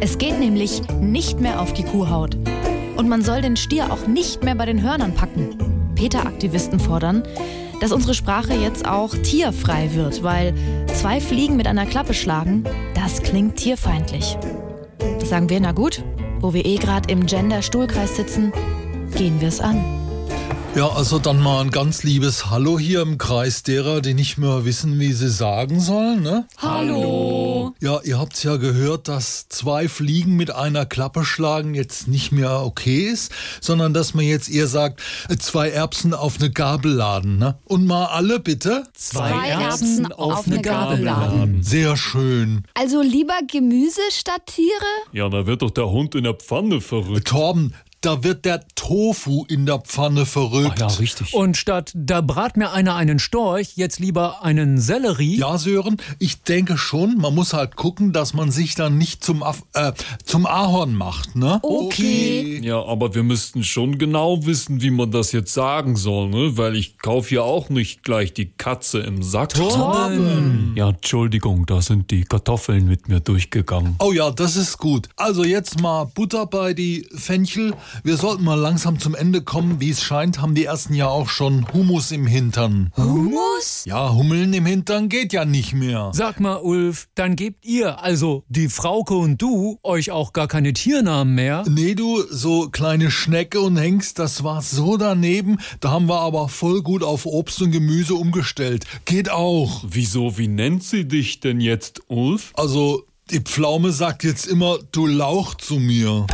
Es geht nämlich nicht mehr auf die Kuhhaut. Und man soll den Stier auch nicht mehr bei den Hörnern packen. Peter-Aktivisten fordern, dass unsere Sprache jetzt auch tierfrei wird, weil zwei Fliegen mit einer Klappe schlagen, das klingt tierfeindlich. Das sagen wir, na gut, wo wir eh gerade im Gender-Stuhlkreis sitzen, gehen wir es an. Ja, also dann mal ein ganz liebes Hallo hier im Kreis derer, die nicht mehr wissen, wie sie sagen sollen, ne? Hallo! Ja, ihr habt's ja gehört, dass zwei Fliegen mit einer Klappe schlagen jetzt nicht mehr okay ist, sondern dass man jetzt eher sagt, äh, zwei Erbsen auf eine Gabel laden, ne? Und mal alle bitte. Zwei Erbsen auf eine Gabel laden. Sehr schön. Also lieber Gemüse statt Tiere? Ja, da wird doch der Hund in der Pfanne verrückt. Torben, da wird der Tofu in der Pfanne verrückt. richtig. Und statt da brat mir einer einen Storch, jetzt lieber einen Sellerie. Ja, Sören, ich denke schon, man muss halt gucken, dass man sich dann nicht zum, Aff- äh, zum Ahorn macht, ne? Okay. Ja, aber wir müssten schon genau wissen, wie man das jetzt sagen soll, ne? Weil ich kaufe ja auch nicht gleich die Katze im Sack. Ja, Entschuldigung, da sind die Kartoffeln mit mir durchgegangen. Oh ja, das ist gut. Also jetzt mal Butter bei die Fenchel. Wir sollten mal langsam zum Ende kommen. Wie es scheint, haben die ersten ja auch schon Humus im Hintern. Hummus? Ja, Hummeln im Hintern geht ja nicht mehr. Sag mal, Ulf, dann gebt ihr, also die Frauke und du, euch auch gar keine Tiernamen mehr. Nee, du, so kleine Schnecke und Hengst, das war so daneben. Da haben wir aber voll gut auf Obst und Gemüse umgestellt. Geht auch. Wieso, wie nennt sie dich denn jetzt, Ulf? Also, die Pflaume sagt jetzt immer, du Lauch zu mir.